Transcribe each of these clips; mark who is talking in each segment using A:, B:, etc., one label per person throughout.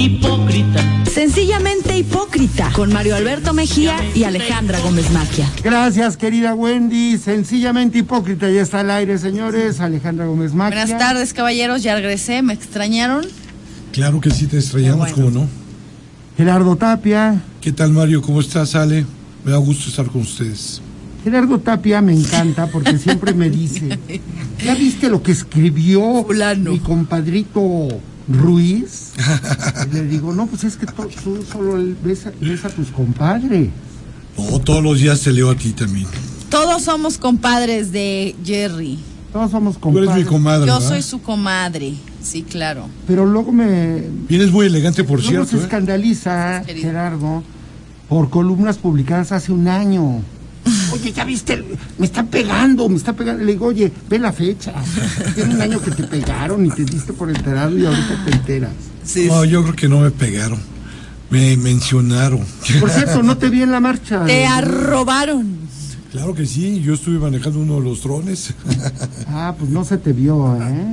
A: hipócrita.
B: Sencillamente hipócrita, con Mario Alberto Mejía y Alejandra Gómez Maquia.
C: Gracias, querida Wendy. Sencillamente hipócrita. Ya está al aire, señores. Alejandra Gómez Maquia.
D: Buenas tardes, caballeros. Ya regresé. ¿Me extrañaron?
E: Claro que sí, te extrañamos,
D: Qué
E: como
D: bueno.
E: no?
C: Gerardo Tapia.
E: ¿Qué tal, Mario? ¿Cómo estás, Ale? Me da gusto estar con ustedes.
C: Gerardo Tapia me encanta porque siempre me dice, ¿ya viste lo que escribió
D: Fulano.
C: mi compadrito Ruiz? Y le digo, no, pues es que to- tú solo ves a, ves a tus compadres.
E: No, todos los días te leo a ti también.
D: Todos somos compadres de Jerry.
C: Todos somos
E: Tú eres mi
C: compadres.
E: comadre,
D: Yo
E: ¿verdad?
D: soy su comadre. Sí, claro.
C: pero luego me
E: Vienes muy elegante, por
C: luego se
E: cierto. ¿eh?
C: escandaliza
D: Querido.
C: Gerardo por columnas publicadas hace un año. Oye, ya viste, me está pegando, me está pegando. Le digo, oye, ve la fecha. Tiene un año que te pegaron y te diste por enterado y ahorita te enteras.
D: Sí.
E: No, yo creo que no me pegaron. Me mencionaron.
C: Por cierto, no te vi en la marcha.
D: Te
C: Eh,
D: arrobaron.
E: Claro que sí, yo estuve manejando uno de los drones.
C: Ah, pues no se te vio, ¿eh?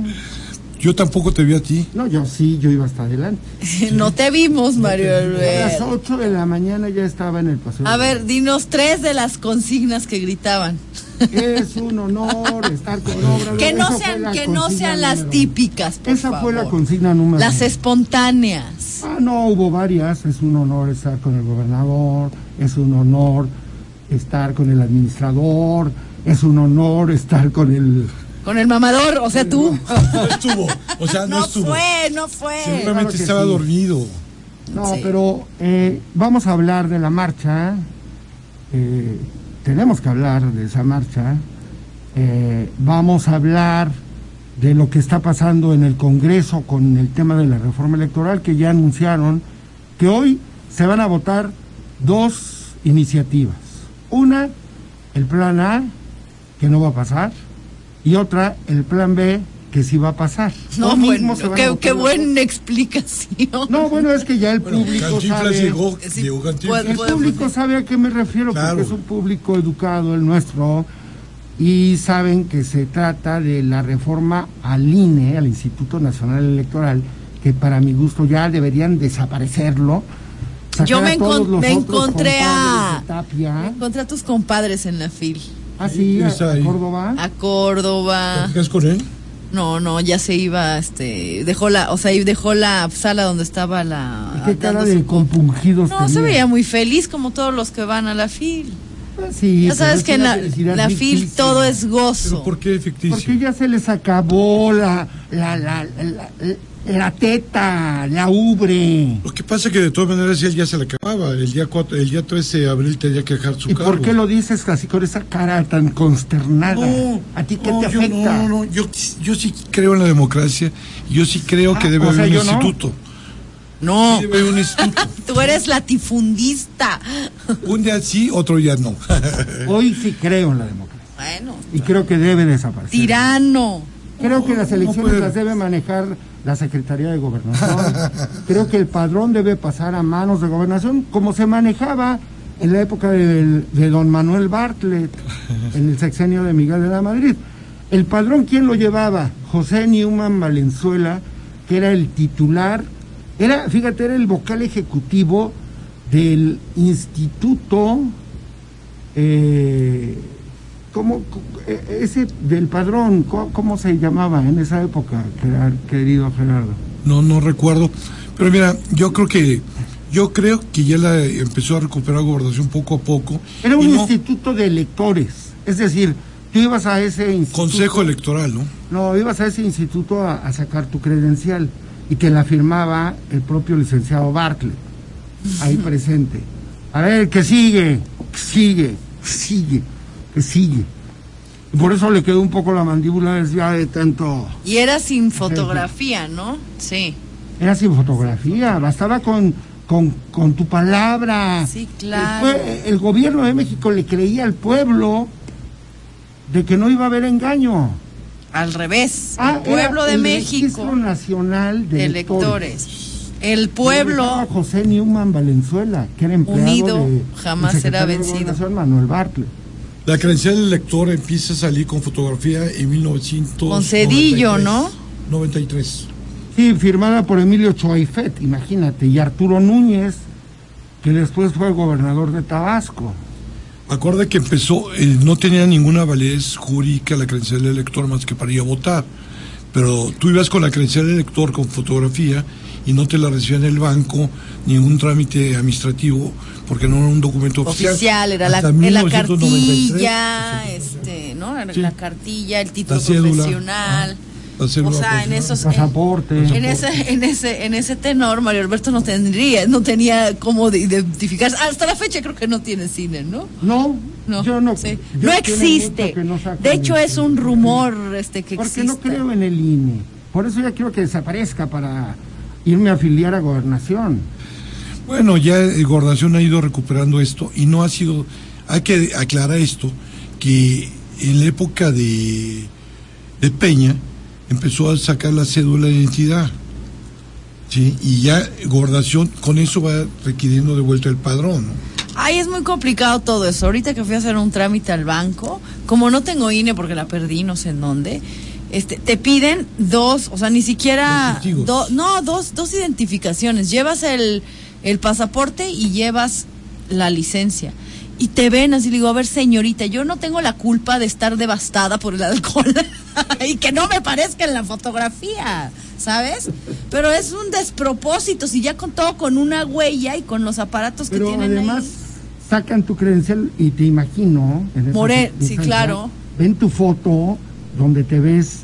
E: Yo tampoco te vi a ti.
C: No, yo sí, yo iba hasta adelante.
D: No te vimos, Mario
C: A las
D: Alberto.
C: 8 de la mañana ya estaba en el paseo.
D: Eh. A ver, dinos tres de las consignas que gritaban.
C: Es un honor estar con obras.
D: Que
C: Esa
D: no
C: fue
D: sean,
C: la
D: que no
C: consigna
D: sean las
C: número
D: típicas. por
C: uno. Esa fue la
D: favor.
C: consigna número
D: Las
C: uno.
D: espontáneas.
C: Ah, no, hubo varias. Es un honor estar con el gobernador, es un honor estar con el administrador, es un honor estar con el...
D: Con el mamador, o sea, tú.
E: No estuvo. O sea, no,
D: No
E: estuvo.
D: fue, no fue.
E: Seguramente
C: Claro que
E: estaba
C: sí.
E: dormido.
C: No,
D: Sí.
C: pero eh, vamos a hablar de la marcha. eh, tenemos que hablar de esa marcha. eh, vamos a hablar de lo que está pasando en el Congreso con el tema de la reforma electoral que ya anunciaron que hoy se van a votar dos iniciativas. Una, el plan A, que no va a pasar, y otra, el plan B, que sí va a pasar.
D: No,
C: Hoy
D: bueno,
C: mismo se van a
D: qué,
C: votar
D: qué
C: las dos.
D: buena explicación.
C: No, bueno, es que ya el
E: Bueno,
C: público
E: Cantinflas
C: sabe... pues,
E: llegó,
D: Sí,
E: llegó Cantinflas.
C: El
D: Podemos-
C: público sabe a qué me refiero,
E: Claro.
C: porque es un público educado el nuestro, y saben que se trata de la reforma al INE, al Instituto Nacional Electoral, que para mi gusto ya deberían desaparecerlo. Sacar
D: Yo me
C: a todos
D: encon-
C: los
D: me
C: otros
D: encontré a-
C: compadres de Tapia,
D: Contra tus compadres en la fil.
C: así, a,
E: Eh, Está
C: a
E: ahí.
C: Córdoba.
D: A Córdoba.
E: ¿Platicas con él?
D: No, no, ya se iba, este, dejó la, o sea, y dejó la sala donde estaba la.
C: ¿Y qué cara
D: dándose-
C: de compungidos
D: ah, No, se veía muy feliz como todos los que van a la fil.
C: Ah, Sí,
D: ya
C: pero
D: sabes
C: es
D: que en
C: una
D: la,
C: felicidad
D: la fil
C: ficticia.
D: todo es
E: ¿Pero
D: gozo.
E: por qué ficticio?
C: Porque ya se les acabó la, la, la, la, la- la teta, la ubre.
E: Lo que pasa es que de todas maneras él ya se le acababa. El día, 4, el día 13 de abril tenía que dejar su
C: ¿Y
E: cargo.
C: por qué lo dices así con esa cara tan consternada?
E: No,
C: ¿A ti qué
E: no,
C: te
E: yo
C: afecta?
E: No, no, no, yo, yo sí creo en la democracia. Yo sí creo que
C: Ah,
E: debe
C: o
E: haber
C: sea,
E: un
C: yo no.
E: instituto.
D: No,
E: Sí Debe haber un instituto.
D: tú eres latifundista.
E: un día sí, otro día no.
C: Hoy sí creo en la democracia.
D: Bueno,
C: Y creo que debe desaparecer.
D: tirano.
C: Creo que las
E: No
C: elecciones
E: puede.
C: las debe manejar la Secretaría de Gobernación. creo que el padrón debe pasar a manos de Gobernación, como se manejaba en la época del- de don Manuel Bartlett, en el sexenio de Miguel de la Madrid. El padrón, ¿quién lo llevaba? José Newman Valenzuela, que era el titular, era, fíjate, era el vocal ejecutivo del Instituto eh, ¿cómo, cu- eh, ese del padrón, co- ¿cómo, se llamaba en esa época, Gerar- querido Gerardo?
E: No, no recuerdo. Pero mira, yo creo que yo creo que ya la empezó a recuperar gobernación poco a poco.
C: Era
E: Y
C: un
E: no,
C: instituto de electores, es decir, tú ibas a ese instituto,
E: consejo electoral, ¿no?
C: no, ibas a ese instituto a, a sacar tu credencial y te la firmaba el propio licenciado Bartlett, ahí presente. A ver, que sigue, que sigue, que sigue, que sigue. Y por eso le quedó un poco la mandíbula desviada de tanto...
D: Y era sin fotografía, ¿no? Sí.
C: Era sin fotografía, bastaba con, con, con tu palabra.
D: Sí, claro.
C: El, pue- el gobierno de México le creía al pueblo de que no iba a haber engaño.
D: Al revés.
C: Ah,
D: el pueblo
C: era
D: de
C: el
D: México.
C: Registro Nacional de Electores.
D: Electores. El
C: Lo
E: Ah,
C: dejaba
D: pueblo.
C: José Newman Valenzuela, que era empleado
D: Unido
C: de-
D: jamás
C: del
D: será
C: secretario de
D: vencido.
C: Gobernación, Manuel Bartlett.
E: La credencial del lector empieza a salir con fotografía en 1993.
D: Con Cedillo, ¿no?
E: 93.
C: Sí, Sí, firmada por Emilio Choaifet, imagínate, y Arturo Núñez, que después fue gobernador de Tabasco.
E: Acuerda que empezó, eh, no tenía ninguna validez jurídica la credencial del elector más que para ir a votar. Pero tú ibas con la credencial del elector con fotografía y no te la recibían en el banco, ningún trámite administrativo, porque no era un documento oficial.
D: Oficial, era la,
E: Hasta
D: en la
E: 1993,
D: cartilla, este, ¿no? Era
E: Sí.
D: La cartilla, el título
E: La cédula,
D: profesional.
E: la
D: O
E: cédula
D: sea, en
E: profesional.
D: esos. en-
C: Pasaporte.
D: En ese, en ese, en ese tenor, Mario Alberto no tendría, no tenía cómo de identificarse. Hasta la fecha creo que no tiene cine, ¿no?
C: No,
D: No,
C: yo no.
D: sí.
C: yo
D: No
C: tiene
D: existe.
C: mucho que no sacan
D: de hecho,
C: el-
D: es un rumor este que
C: Porque
D: existe.
C: no creo en el INE. Por eso ya quiero que desaparezca para irme a afiliar a gobernación.
E: Bueno, ya eh, Gobernación ha ido recuperando esto y no ha sido. Hay que aclarar esto: que en la época de, de Peña empezó a sacar la cédula de identidad. ¿sí? Y ya Gobernación con eso va requiriendo de vuelta el padrón. ¿no?
D: Ay, es muy complicado todo eso. Ahorita que fui a hacer un trámite al banco, como no tengo INE porque la perdí, no sé en dónde, este, te piden dos, o sea, ni
E: Dos
D: siquiera.
E: testigos.
D: do- no, dos, dos identificaciones. Llevas el, el pasaporte y llevas la licencia. Y te ven así, le digo, a ver, señorita, yo no tengo la culpa de estar devastada por el alcohol y que no me parezca en la fotografía, ¿sabes? Pero es un despropósito, si ya con todo, con una huella y con los aparatos que
C: Pero
D: tienen ahí.
C: además sacan tu credencial y te imagino. en esa
D: More- sí,
C: circunstancia,
D: claro.
C: Ven tu foto donde te ves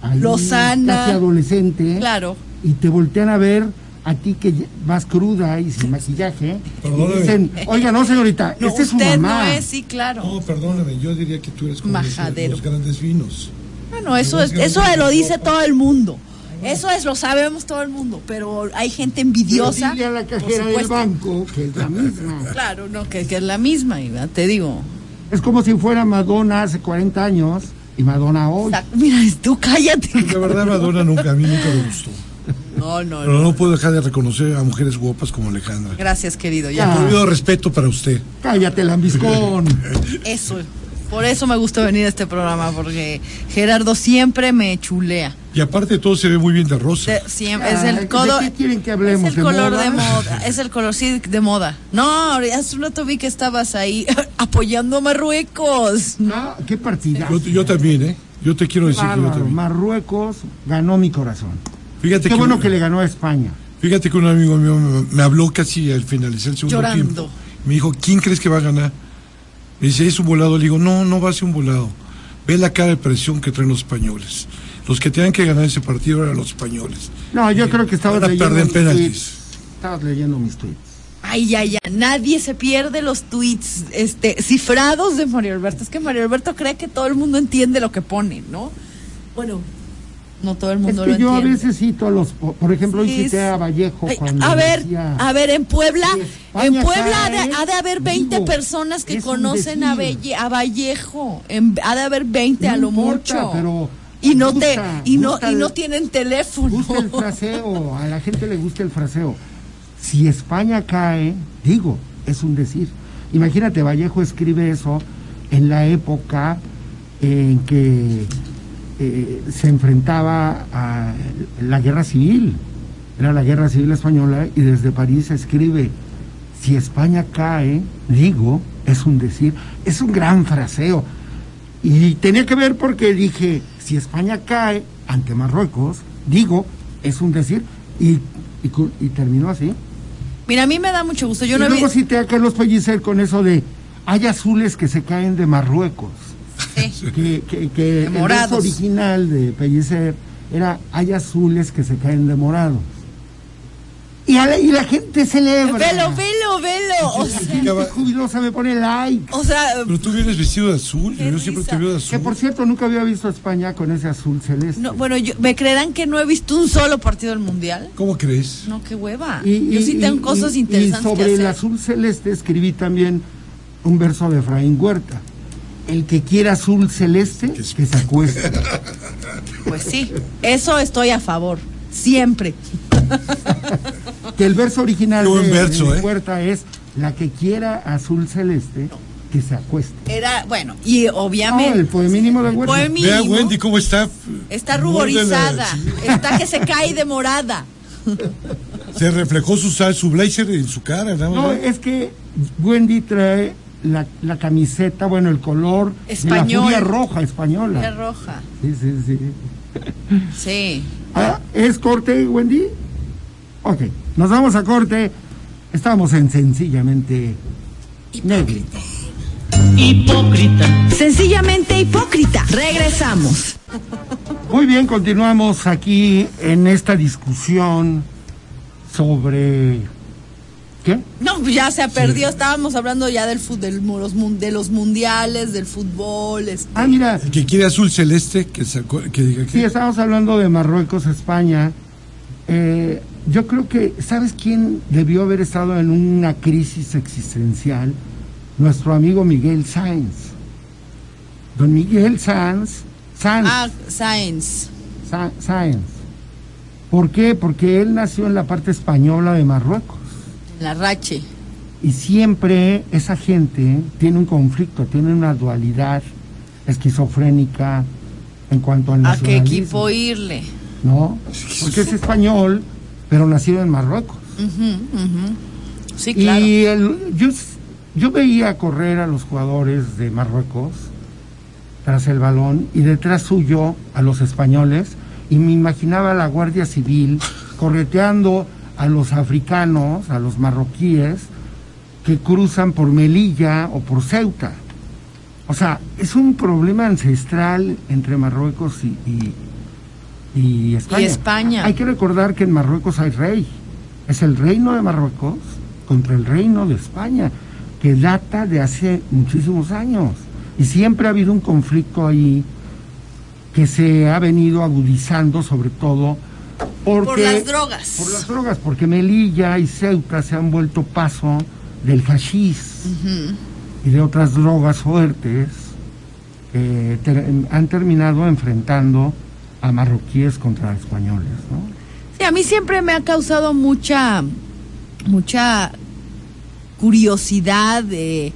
C: ahí,
D: Lozana.
C: casi adolescente.
D: Claro.
C: Y te voltean a ver a ti que ya- vas cruda y sin maquillaje.
E: Perdóneme.
C: Y dicen, oiga, no, señorita,
D: No,
C: esta Este es su
D: usted
C: mamá.
D: no es, sí, claro.
E: No, perdóname, yo diría que tú eres como los-
D: Majadero.
E: los grandes vinos.
D: Bueno, Ah, eso es, eso lo dice todo el mundo. Eso es, lo sabemos todo el mundo, pero hay gente
C: Pero
D: envidiosa.
C: dile a la
D: por
C: cajera del
D: supuesto.
C: banco que es la misma.
D: Claro, no, que, que es la misma, Iván, te digo.
C: Es como si fuera Madonna hace 40 años y Madonna hoy.
D: Sa- Mira, tú cállate.
E: La verdad, Madonna nunca, a mí nunca me gustó.
D: No, no,
E: Pero
D: no.
E: no puedo dejar de reconocer a mujeres guapas como Alejandra.
D: Gracias, querido.
C: Ah.
D: Ya.
E: Prohibido respeto para usted.
C: Cállate, lambiscón.
D: Eso. Por eso me gusta venir a este programa, porque Gerardo siempre me chulea.
E: Y aparte todo se ve muy bien de rosa.
D: De- siempre, es
C: Ay, ¿de
D: el color.
C: qué quieren que hablemos?
D: Es el
C: ¿De
D: color
C: moda?
D: de moda. Es el color, sí, de moda. No, hace un rato vi que estabas ahí apoyando a Marruecos.
C: No, Ah, qué partida.
E: Yo, yo también, ¿eh? Yo te quiero decir que yo
C: Bárbaro,
E: también.
C: Marruecos ganó mi corazón.
E: Fíjate
C: Qué
E: que,
C: bueno que le ganó a España.
E: fíjate que un amigo mío me, me habló casi al finalizar el segundo
D: Llorando.
E: tiempo. Me dijo, ¿quién crees que va a ganar? Me dice, es un volado. Le digo, no, no va a ser un volado. Ve la cara de presión que traen los españoles. Los que tenían que ganar ese partido eran los españoles. Eh,
C: No, yo creo que estabas
E: Ahora
C: leyendo
E: perden
C: mis
E: penaltis.
C: tweets. Estabas leyendo mis tweets.
D: Ay, ya, ya. Nadie se pierde los tweets este, cifrados de Mario Alberto. Es que Mario Alberto cree que todo el mundo entiende lo que pone, ¿no? Bueno, no todo el
C: Es
D: mundo
C: que
D: lo
C: yo a
D: entiende.
C: veces cito a los, po- por ejemplo, hoy
D: Sí,
C: cité
D: es-
C: a Vallejo
D: Ay,
C: cuando
D: a ver,
C: decía-
D: a ver, en Puebla,
C: que España
D: en Puebla ha
C: cae,
D: de, ha de haber 20
C: digo,
D: personas que
C: es un
D: conocen a,
C: decir.
D: Valle- a Vallejo, en- ha de haber 20 a
C: No
D: lo
C: importa,
D: mucho.
C: pero
D: y no te
C: gusta,
D: y no
C: gusta
D: y
C: el-
D: no tienen teléfono.
C: gusta el fraseo, a la gente le gusta el fraseo. Si España cae, digo, es un decir. Imagínate, Vallejo escribe eso en la época en que eh, se enfrentaba a la guerra civil. Era la guerra civil española y desde París escribe, si España cae, digo, es un decir, es un gran fraseo. Y tenía que ver porque dije, si España cae ante Marruecos, digo, es un decir, y, y, cu- y terminó así.
D: Mira, a mí me da mucho gusto. Yo
C: y
D: no he
C: luego
D: vi-
C: cité a Carlos Pellicer con eso de, hay azules que se caen de Marruecos.
D: Sí.
C: Que, que, que el verso
D: morados.
C: original de Pellicer era, hay azules que se caen de morados. Y, a la, y la gente celebra.
D: Velo, velo, velo. O
C: La
D: sea,
C: gente jubilosa me pone like.
D: O sea,
E: Pero tú vienes vestido de azul.
D: Qué
E: Yo siempre
D: risa.
E: te veo de
C: Que
E: azul.
C: por cierto, nunca había visto a España con ese azul celeste.
D: no, bueno, yo- me creerán que no he visto un solo partido del mundial.
E: ¿Cómo crees?
D: No, qué hueva.
C: Y-
D: yo
C: y-
D: sí
C: y-
D: tengo cosas
C: y- y
D: interesantes
C: sobre
D: que
C: el
D: hacer.
C: azul celeste escribí también un verso de Efraín Huerta. El que quiera azul celeste, que se acueste.
D: Pues sí, eso estoy a favor. Siempre.
C: que el verso original
E: Qué buen
C: de,
E: verso,
C: de
E: ¿eh?
C: Huerta es la que quiera azul celeste, que se acueste.
D: Era, bueno, y
C: No,
D: obviamente.
C: el poder mínimo de Huerta.
D: Poder mínimo
E: Vea Wendy cómo está.
D: Está
E: Muérdela,
D: ruborizada,
E: sí.
D: está que se cae de morada.
E: Se reflejó su, sal- su blazer en su cara, nada más.
C: No, es que Wendy trae la, la camiseta, bueno, el color de la
D: Español.
C: furia roja española.
D: La roja.
C: Sí, sí, sí.
D: Sí.
C: Ah, ¿Es corte, Wendy? Ok, nos vamos a corte. Estamos en sencillamente negrito.
B: Sencillamente hipócrita. Regresamos.
C: Muy bien, continuamos aquí en esta discusión sobre... ¿Qué?
D: No, pues ya se perdió. Estábamos hablando ya del fútbol, de los mundiales, del fútbol. es-
C: Ah, mira,
E: El que quiere azul celeste, que, se acu- que diga que.
C: Sí, estábamos hablando de Marruecos, España. Eh, yo creo que, ¿sabes quién debió haber estado en una crisis existencial? Nuestro amigo Miguel Sáenz. Don Miguel Sáenz. Sáenz.
D: Ah, Science.
C: Sa- Sáenz. ¿Por qué? Porque él nació en la parte española de Marruecos.
D: La rache.
C: Y siempre esa gente tiene un conflicto, tiene una dualidad esquizofrénica en cuanto al
D: ¿A qué
C: nacionalismo.
D: equipo irle?
C: ¿no? Porque es español, pero nacido en Marruecos.
D: Sí, claro.
C: Y el- yo, s- yo veía correr a los jugadores de Marruecos tras el balón y detrás suyo a los españoles y me imaginaba a la Guardia Civil correteando a los africanos, a los marroquíes que cruzan por Melilla o por Ceuta. O sea, es un problema ancestral entre Marruecos y, y- y España.
D: España.
C: Hay que recordar que en Marruecos hay rey. Es el reino de Marruecos contra el reino de España, que data de hace muchísimos años. Y siempre ha habido un conflicto ahí que se ha venido agudizando, sobre todo porque
D: Por las drogas.
C: por las drogas, porque Melilla y Ceuta se han vuelto paso del hashish y de otras drogas fuertes que ter- han terminado enfrentando a marroquíes contra españoles, ¿no?
D: Sí, a mí siempre me ha causado mucha, mucha curiosidad eh,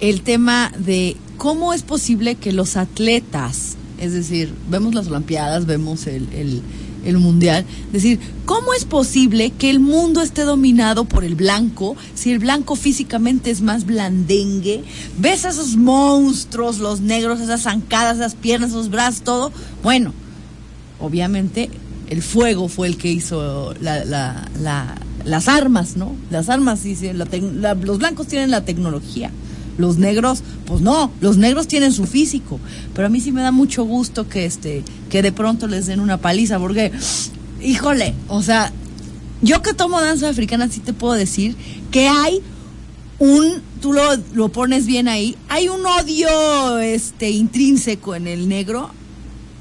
D: el tema de cómo es posible que los atletas, es decir, vemos las Olimpiadas, vemos el, el- el Mundial, es decir, ¿cómo es posible que el mundo esté dominado por el blanco si el blanco físicamente es más blandengue? ¿Ves a esos monstruos, los negros, esas zancadas, esas piernas, esos brazos, todo? Bueno, obviamente el fuego fue el que hizo la- la- la- las armas, ¿no? Las armas, dice, la tec- la- los blancos tienen la tecnología, los negros, pues no, los negros tienen su físico, pero a mí sí me da mucho gusto que, este, que de pronto les den una paliza, porque, híjole, o sea, yo que tomo danza africana sí te puedo decir que hay un, tú lo, lo pones bien ahí, hay un odio este, intrínseco en el negro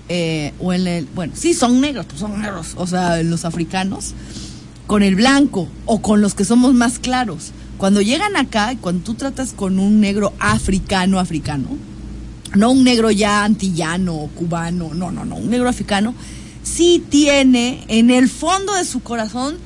D: eh, o en el, bueno, sí, son negros, pues son negros, o sea, los africanos, con el blanco o con los que somos más claros. Cuando llegan acá, cuando tú tratas con un negro africano, africano, no un negro ya antillano o cubano, no, no, no, un negro africano, sí tiene en el fondo de su corazón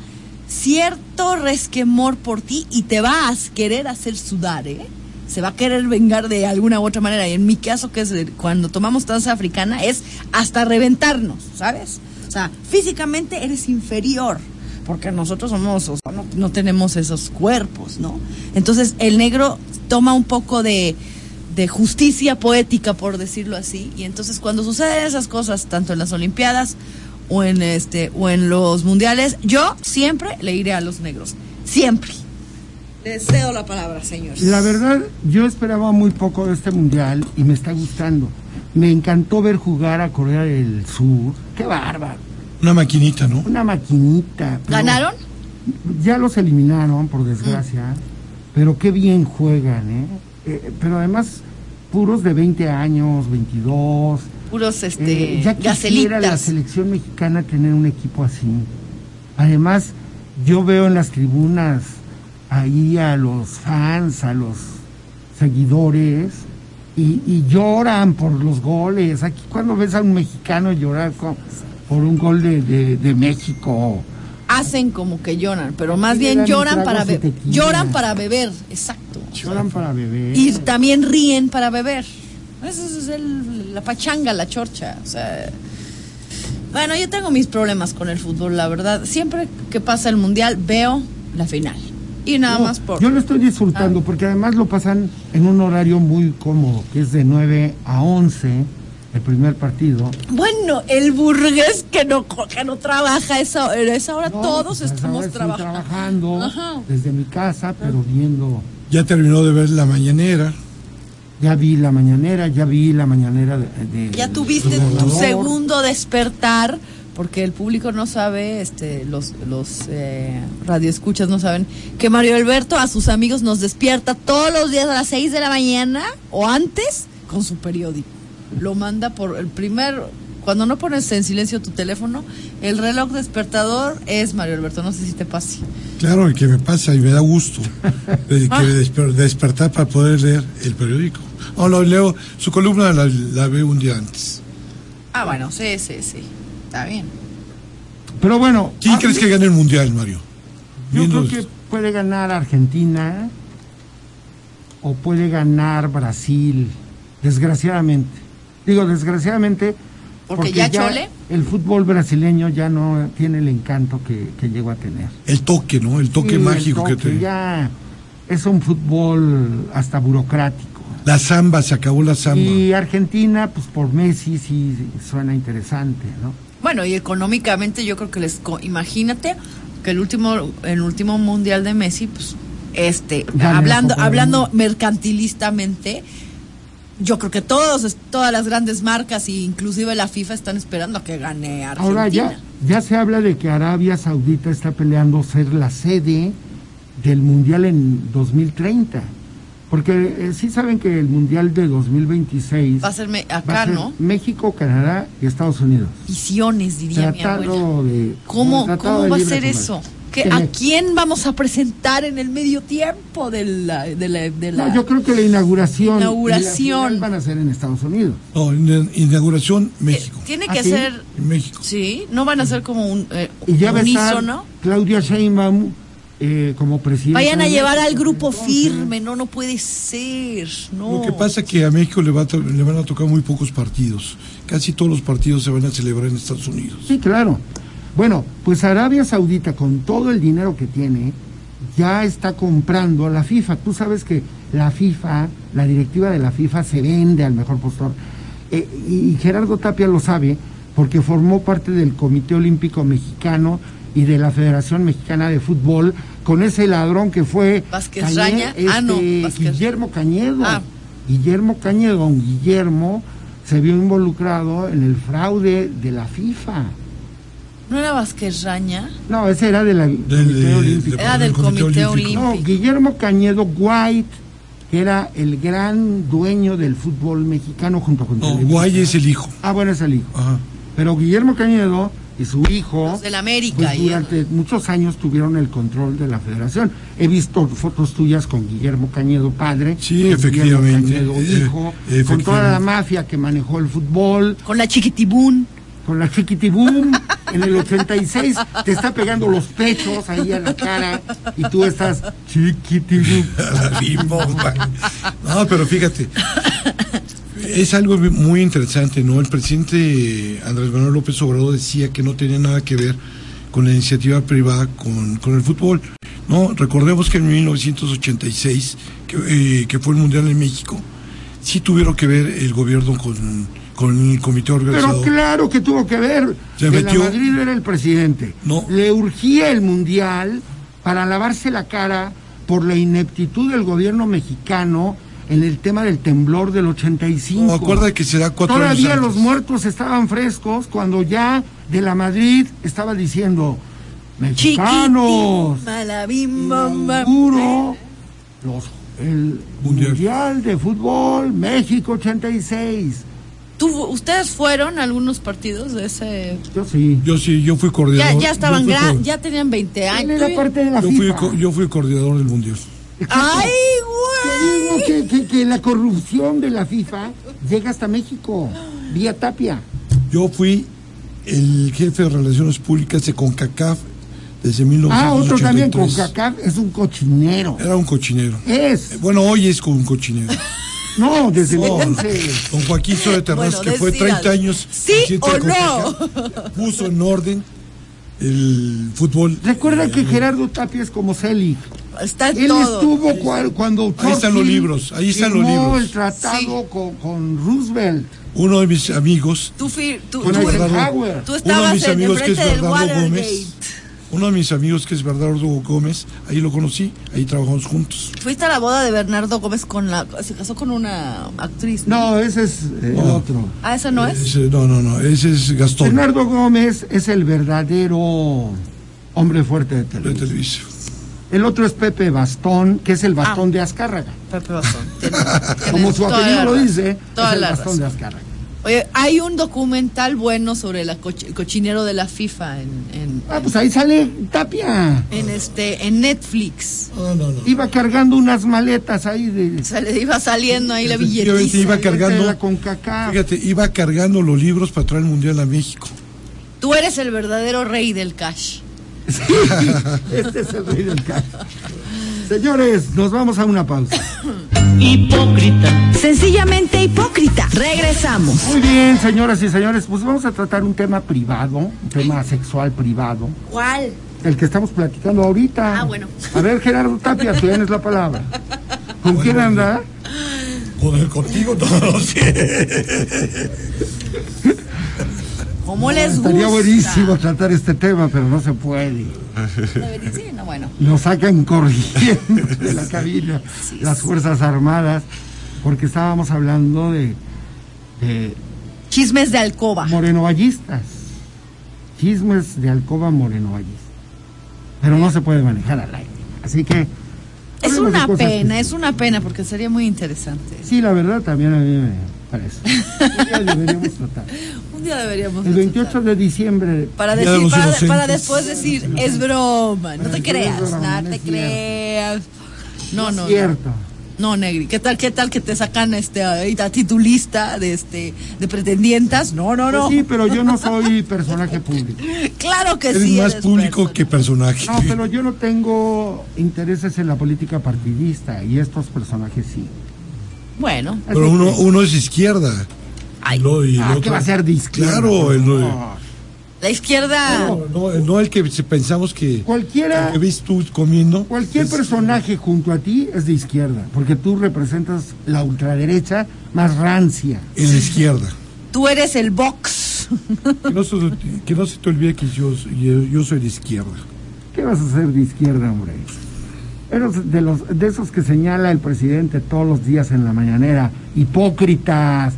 D: cierto resquemor por ti y te va a querer hacer sudar, ¿eh? Se va a querer vengar de alguna u otra manera. Y en mi caso, que es el- cuando tomamos danza africana, es hasta reventarnos, ¿sabes? O sea, físicamente eres inferior, porque nosotros somos, o sea, no, no tenemos esos cuerpos, ¿no? Entonces, el negro toma un poco de, de justicia poética, por decirlo así. Y entonces cuando suceden esas cosas, tanto en las Olimpiadas o en este o en los mundiales, yo siempre le iré a los negros. Siempre. Les cedo la palabra, señor.
C: La verdad, yo esperaba muy poco de este mundial y me está gustando. Me encantó ver jugar a Corea del Sur. ¡Qué bárbaro!
E: Una maquinita, ¿no?
C: Una maquinita. pero-
D: ¿Ganaron?
C: Ya los eliminaron, por desgracia, pero qué bien juegan, ¿eh? Eh, Pero además, puros de 20 años, 22.
D: Puros este
C: eh, ya quisiera la
D: gacelitas.
C: selección mexicana tener un equipo así. Además, yo veo en las tribunas ahí a los fans, a los seguidores, y, y lloran por los goles. Aquí cuando ves a un mexicano llorar con- por un gol de, de- de México.
D: Hacen como que lloran, pero
C: Y
D: más
C: le
D: bien
C: dan un
D: lloran
C: trago
D: para
C: a su
D: beber.
C: tequila.
D: Lloran para beber, exacto.
C: Lloran para beber.
D: Y también ríen para beber. Esa es el- la pachanga, la chorcha. o sea. bueno, yo tengo mis problemas con el fútbol, la verdad. Siempre que pasa el mundial veo la final. Y nada
C: No,
D: más por...
C: Yo lo estoy disfrutando porque además lo pasan en un horario muy cómodo, que es de 9 a 11, el primer partido.
D: Bueno, el burgués que no, co- que no trabaja esa, a esa hora,
C: No,
D: todos
C: pues, ahora
D: estamos
C: estoy
D: trabajando.
C: trabajando
D: Ajá.
C: desde mi casa, pero viendo.
E: Ya terminó de ver la mañanera.
C: Ya vi la mañanera, ya vi la mañanera de. de-
D: Ya tuviste
C: del
D: tu
C: gobernador.
D: segundo despertar, porque el público no sabe, este, los, los eh, radioescuchas no saben, que Mario Alberto a sus amigos nos despierta todos los días a las 6 de la mañana o antes con su periódico. Lo manda por el primer. Cuando no pones en silencio tu teléfono, el reloj despertador es Mario Alberto. No sé si te pase.
E: Claro, el que me pasa y me da gusto de, que
D: Ah.
E: desper- despertar para poder leer el periódico. O lo leo, su columna la, la veo un día antes.
D: Ah, bueno, sí, sí, sí. Está bien.
C: Pero bueno.
E: ¿Quién
C: ah,
E: crees que gane el mundial, Mario?
C: Yo
E: Viendo
C: creo que
E: esto.
C: puede ganar Argentina o puede ganar Brasil, desgraciadamente. Digo, desgraciadamente.
D: Porque ya Chole.
C: El fútbol brasileño ya no tiene el encanto que, que llegó a tener.
E: El toque, ¿no? El toque
C: Sí, el
E: mágico que
C: toque,
E: te.
C: Ya es un fútbol hasta burocrático.
E: La samba, se acabó la samba.
C: Y Argentina, pues por Messi sí suena interesante, ¿no?
D: Bueno, y económicamente yo creo que les co- imagínate que el último el último mundial de Messi, pues este
C: Gana la
D: hablando
C: Copa del
D: hablando
C: Mundo.
D: mercantilistamente yo creo que todos todas las grandes marcas e inclusive la FIFA están esperando a que gane Argentina.
C: Ahora ya, ya se habla de que Arabia Saudita está peleando ser la sede del Mundial en 2030. Porque eh, sí saben que el Mundial de 2026
D: va a ser me-
C: va a
D: acá,
C: ser
D: ¿no?
C: México, Canadá y Estados Unidos.
D: Visiones diría mi abuela.
C: Tratado de,
D: ¿Cómo
C: tratado
D: cómo
C: de
D: va a
C: libre
D: ser
C: comercio.
D: eso? ¿Qué-
C: Que
D: ¿A
C: le-
D: quién vamos a presentar en el medio tiempo de la, de la, de la-
C: No, yo creo que la inauguración, y la
D: Inauguración.
C: final van a ser en Estados Unidos.
E: No, ina- inauguración
D: Eh,
E: México.
D: tiene
C: ¿Ah,
D: que
C: sí?
D: ser
E: En México.
D: Sí, no van a ser como un eh,
C: Y ya va a estar
D: unísono.
C: Claudia Sheinbaum eh, como presidenta.
D: Vayan a
C: de
D: llevar al
C: México,
D: grupo
C: entonces.
D: firme, no, no puede ser, no.
E: Lo que pasa es que a México le, va a to- le van a tocar muy pocos partidos. Casi todos los partidos se van a celebrar en Estados Unidos.
C: Sí, claro. Bueno, pues Arabia Saudita, con todo el dinero que tiene, ya está comprando a la FIFA. Tú sabes que la FIFA, la directiva de la FIFA, se vende al mejor postor. Eh, y Gerardo Tapia lo sabe porque formó parte del Comité Olímpico Mexicano y de la Federación Mexicana de Fútbol con ese ladrón que fue este,
D: Vázquez Raña. Ah, no, Vázquez.
C: Guillermo Cañedo.
D: Ah.
C: Guillermo Cañedo, don Guillermo, se vio involucrado en el fraude de la FIFA.
D: No era Vázquez Raña.
C: No, ese era de la
E: Del- eh,
C: Comité
E: de-
C: Olímpico.
E: de-
D: Era eh, Ah, del Comité Olímpico.
C: No, Guillermo Cañedo White, que era el gran dueño del fútbol mexicano junto con
E: No,
C: Televisa.
E: Guay es el hijo.
C: Ah, bueno, es el hijo.
E: Ajá.
C: Pero Guillermo Cañedo y su hijo
D: Los del América,
C: pues,
D: y-
C: durante muchos años tuvieron el control de la federación. He visto fotos tuyas con Guillermo Cañedo padre,
E: Sí,
C: con Guillermo
E: efectivamente.
C: Cañedo
E: Eh,
C: hijo, con
E: efectivamente.
C: toda la mafia que manejó el fútbol,
D: Con la chiquitibún.
C: con la chiquitiboom en el 86 te está pegando los pechos ahí a la cara y tú estás chiquitiboom.
E: La bimbomba. No, pero fíjate. Es algo muy interesante, ¿no? El presidente Andrés Manuel López Obrador decía que no tenía nada que ver con la iniciativa privada, con, con el fútbol. No, recordemos que en 1986, que, eh, que fue el Mundial en México, sí tuvieron que ver el gobierno con, con el comité
C: Pero
E: organizador.
C: claro que tuvo que ver.
E: Se
C: de
E: metió.
C: la Madrid era el presidente.
E: No.
C: Le urgía el mundial para lavarse la cara por la ineptitud del gobierno mexicano en el tema del temblor del 85.
E: No, acuerda que se da cuatro
C: Todavía
E: años
C: los
E: antes.
C: muertos estaban frescos cuando ya de la Madrid estaba diciendo mexicanos.
D: Chiquitibún, la bimba, ma-
C: inauguro los, el
E: Mundial.
C: mundial. de Fútbol México 86.
D: ¿Tú- ¿Ustedes fueron a algunos partidos de ese...?
C: Yo sí.
E: Yo sí, yo fui
D: Ya,
E: coordinador.
D: ya estaban
E: yo fui
D: gran,
E: co-
D: ya tenían 20
C: Él
D: años.
C: era parte de la
E: yo fui,
C: FIFA.
E: co- yo fui coordinador del Mundial.
D: ¡Ay,
C: Te
D: güey!
C: digo que, que- que la corrupción de la FIFA llega hasta México vía Tapia.
E: Yo fui el jefe de relaciones públicas de CONCACAF desde
C: Ah, otro también, con
E: 1983.
C: CACAF es un cochinero.
E: Era un cochinero. Eh,
C: Es.
E: Bueno, hoy es con un cochinero.
C: No, desde
E: No,
C: entonces.
E: Don Joaquín de Terraz,
D: Bueno,
E: que fue
D: decidan.
E: 30 años.
D: ¿Sí
E: presidente
D: o
E: de Concaca, Puso en orden el fútbol.
C: Recuerda que Gerardo Tapia es como Celi.
D: Está
C: Él
D: todo.
C: estuvo cua- cuando.
E: Ahí están los libros, ahí están los
C: firmó
E: libros.
C: el tratado
D: Sí.
C: con, con Roosevelt,
E: Uno de mis amigos,
D: Tú, fir- tú,
C: con
D: tú-
C: Eisenhower.
D: tú
E: uno de
D: estabas
E: mis
D: en el
E: amigos que es
D: frente del
E: Bernardo
D: Watergate.
E: Gómez. Uno de mis amigos que es Bernardo Gómez, ahí lo conocí, ahí trabajamos juntos.
D: Fuiste a la boda de Bernardo Gómez con la. Se casó con una actriz.
C: No, Eh, ese es eh, el
E: No.
C: otro.
D: Ah, esa no es.
E: Ese- no, no, no, ese es Gastón
C: Bernardo Gómez es el verdadero hombre fuerte de
E: de
C: Televisa.
E: Televisa.
C: El otro es Pepe Bastón, que
D: Ah.
C: es el bastón de Azcárraga.
D: Pepe Bastón. Tienes-
C: Como
D: tienes
C: su
D: toda la
C: apellido lo
D: razón.
C: dice, ¿eh?
D: Toda
C: es el
D: la
C: bastón de
D: razón.
C: Azcárraga.
D: Oye, hay un documental bueno sobre la coch- el cochinero de la FIFA en, en,
C: Ah, pues ahí sale Tapia.
D: en este, en Netflix.
E: No, no, no.
C: Iba cargando unas maletas ahí de.
D: O sea, le iba saliendo ahí la
E: Efectivamente,
D: billetiza.
E: iba cargando.
C: Con cacao.
E: Fíjate, iba cargando los libros para traer el Mundial a México.
D: Tú eres el verdadero rey del cash.
C: Este es el rey del caso. Señores, nos vamos a una pausa.
A: hipócrita,
B: Sencillamente hipócrita. Regresamos.
C: Muy bien, señoras y señores, pues vamos a tratar un tema privado, un tema sexual privado,
D: ¿Cuál?
C: el que estamos platicando ahorita.
D: Ah, bueno.
C: A ver, Gerardo Tapia, tienes la palabra. ¿Con quién anda?
E: Joder, contigo no lo sé.
D: ¿Cómo les gusta?
C: Estaría buenísimo tratar este tema, pero no se puede.
D: Sí, no, bueno.
C: Nos sacan corriendo de la cabina las Fuerzas Armadas, porque estábamos hablando de, de
D: Chismes de alcoba.
C: morenovallistas. Chismes de alcoba morenovallista. Pero no se puede manejar al aire. Así que.
D: Es
C: hablemos de
D: una
C: cosas
D: pena,
C: que-
D: es una pena porque sería muy interesante.
C: Sí, la verdad también a mí me parece. Un día deberíamos tratar.
D: Un día deberíamos.
C: El
D: de
C: 28
D: tratar.
C: de diciembre.
D: Para,
E: Día de
D: decir,
E: los
D: para,
E: Inocentes.
D: para después decir, es broma, no te
C: Pero es
D: creas,
C: broma,
D: no
C: no
D: te
C: es cierto.
D: creas. No, no, no,
C: Cierto.
D: no, Negri, ¿qué tal, qué tal que te sacan este, ahorita a ti tu lista de, este, de pretendientas? No, no, no,
C: Pues sí, pero yo no soy personaje público.
D: claro que
E: Eres
D: sí.
E: más
D: eres
E: público
D: persona.
E: que personaje.
C: No, pero yo no tengo intereses en la política partidista y estos personajes sí.
D: Bueno,
C: Así
E: Pero uno,
C: que-
E: uno es izquierda.
D: Ay.
E: No, y el
C: Ah, ¿qué
E: otro-
C: va a ser de izquierda? Ah.
E: Claro, el,
C: No.
D: la izquierda...
E: no, no, no, el que se- pensamos que,
C: Cualquiera.
E: que ves tú comiendo.
C: Cualquier
E: es-
C: personaje junto a ti es de izquierda, porque tú representas la ultraderecha más rancia.
E: En la izquierda.
D: Tú eres el box.
E: Que no, se, que no se te olvide que yo, yo, yo soy de izquierda.
C: ¿Qué vas a hacer de izquierda, hombre? Eres de, los, de esos que señala el presidente todos los días en la mañanera. Hipócritas,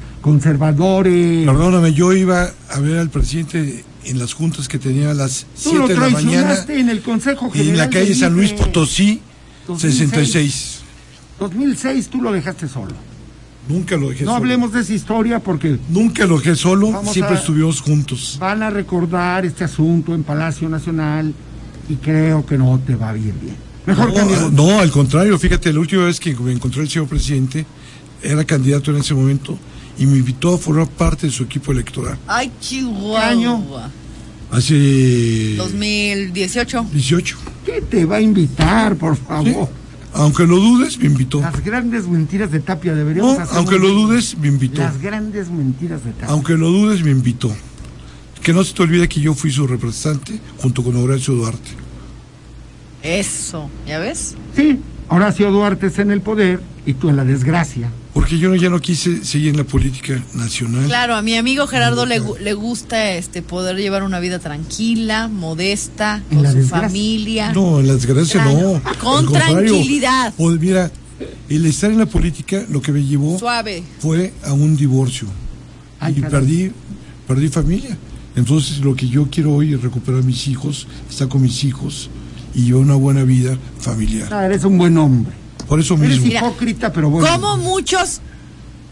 C: conservadores.
E: Perdóname, yo iba a ver al presidente en las juntas que tenía a las
C: Tú lo
E: 7 de la mañana
C: traicionaste en el Consejo
E: y
C: General.
E: en la calle
C: de
E: San Luis
C: Libre.
E: Potosí
C: 2006.
E: 66.
C: 2006 tú lo dejaste solo.
E: Nunca lo dejé
C: No
E: solo.
C: hablemos de esa historia porque
E: Nunca lo dejé solo,
C: Vamos
E: siempre
C: a-
E: estuvimos juntos.
C: van a recordar este asunto en Palacio Nacional y creo que no te va bien bien. Mejor
E: No,
C: cambiemos.
E: no, al contrario, fíjate, la última vez que me encontré el señor presidente, era candidato en ese momento, y me invitó a formar parte de su equipo electoral.
D: Ay, Chihuahua.
C: Año.
E: Hace
D: 2018.
E: 18.
C: ¿Qué te va a invitar, por favor?
E: Aunque lo dudes, me invitó.
C: Las grandes mentiras de Tapia
E: No,
C: deberíamos hacer.
E: aunque
C: un-
E: lo dudes, me invitó.
C: Las grandes mentiras de Tapia.
E: Aunque lo dudes, me invitó. Que no se te olvide que yo fui su representante junto con Horacio Duarte.
D: Eso, ¿ya ves?
C: Sí, Horacio Duarte es en el poder y tú en la desgracia.
E: Porque yo no- ya no quise seguir en la política nacional.
D: Claro, a mi amigo Gerardo le, gu- le gusta este poder llevar una vida tranquila, modesta,
C: En
D: con
C: la
D: su
C: desgracia.
D: familia.
E: No, en la desgracia no.
D: Claro. Con
E: Al contrario.
D: tranquilidad.
E: Pues mira, el estar en la política lo que me llevó
D: Suave.
E: fue a un divorcio.
C: Ay,
E: y
C: caray.
E: perdí, perdí familia. Entonces lo que yo quiero hoy es recuperar a mis hijos, estar con mis hijos y llevar una buena vida familiar.
C: Ah, eres un buen hombre.
E: Por eso
C: Eres
E: mismo.
C: hipócrita, pero bueno.
D: Como muchos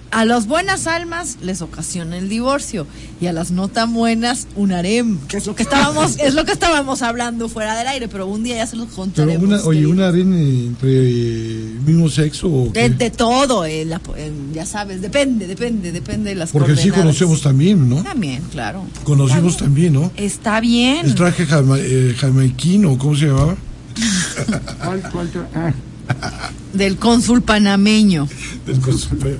D: a las buenas almas les ocasiona el divorcio y a las no tan buenas un harem, que es lo que estábamos, es lo que estábamos hablando fuera del aire, pero un día ya se los
E: Pero
D: contaremos. Este,
E: una, oye,
D: querido.
E: una harem entre eh, mismo sexo o
D: de,
E: qué?
D: de todo, eh, la- eh, ya sabes, depende, depende, depende de las
E: Porque sí
D: coordenadas.
E: conocemos también, ¿no?
D: También, claro.
E: Conocimos también, ¿no?
D: Está bien.
E: El traje jama, eh, jamaiquino, ¿cómo se llamaba?
C: ¿Cuál, cuál te- ah,
D: Del cónsul panameño.
E: Del costumbre.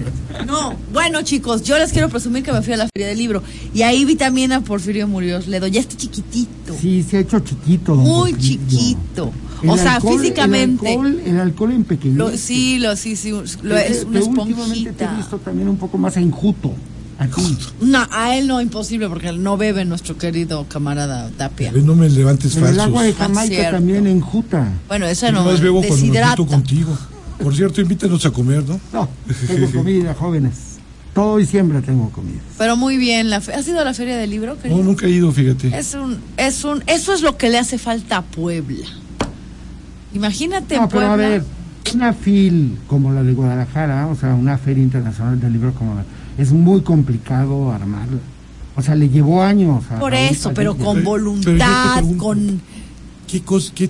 D: No, bueno chicos, yo les quiero presumir que me fui a la feria del libro y ahí vi también a Porfirio Murillo Ledo, ya está chiquitito,
C: sí, se ha hecho chiquito. don
D: muy
C: Porfirio.
D: chiquito,
C: El
D: o sea,
C: alcohol-
D: físicamente,
C: El alcohol, el alcohol en pequeño.
D: lo, sí, lo, sí, sí, lo-
C: Que-
D: es una
C: que Últimamente te he
D: esponjita.
C: visto también un poco más enjuto. Aquí.
D: No, a él no, imposible, porque él no bebe nuestro querido camarada Tapia.
E: No me levantes
C: En el agua de
E: falsos.
C: Jamaica
D: cierto.
C: también enjuta.
D: Bueno, esa
E: Yo
D: no,
E: Nomás bebo cuando me
D: deshidrata.
E: junto contigo. Por cierto, invítanos a comer, ¿no?
C: No, tengo comida, jóvenes. Todo diciembre tengo comida.
D: Pero muy bien, la fe- ¿has ido a la feria del libro, querido?
E: No, nunca he ido, fíjate.
D: Es un, es un, eso es lo que le hace falta a Puebla. Imagínate
C: No, pero
D: Puebla.
C: a ver, una FIL como la de Guadalajara, o sea, una Feria Internacional del Libro como la, es muy complicado armarla. O sea, le llevó años. A
D: Por
C: Raúl
D: eso, pero
C: Padilla.
D: con
E: Pero-
D: voluntad,
E: pero yo te pregunto,
D: con...
E: ¿Qué, cos- qué,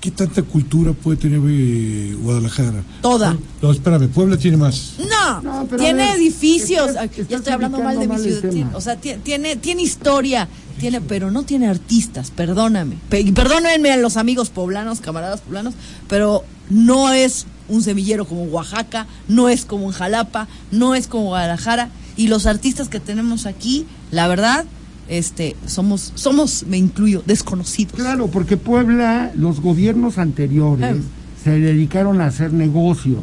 E: ¿Qué tanta cultura puede tener eh, Guadalajara?
D: Toda.
E: No, espérame, Puebla tiene más.
D: No,
C: No, pero a
D: tiene
C: ver,
D: edificios.
C: estás-
D: Ay,
C: estás
D: ya estoy hablando mal de mi
C: criticando mal el
D: ciudad. Tiene-
C: tema.
D: o sea, tie- tiene, tiene historia, tiene, pero no tiene artistas, perdóname. Pe- y perdónenme a los amigos poblanos, camaradas poblanos, pero no es un semillero como Oaxaca, no es como en Jalapa, no es como Guadalajara. Y los artistas que tenemos aquí, la verdad, este, somos, somos, me incluyo, desconocidos.
C: Pues Claro, porque Puebla, los gobiernos anteriores
D: Eh.
C: se dedicaron a hacer negocios,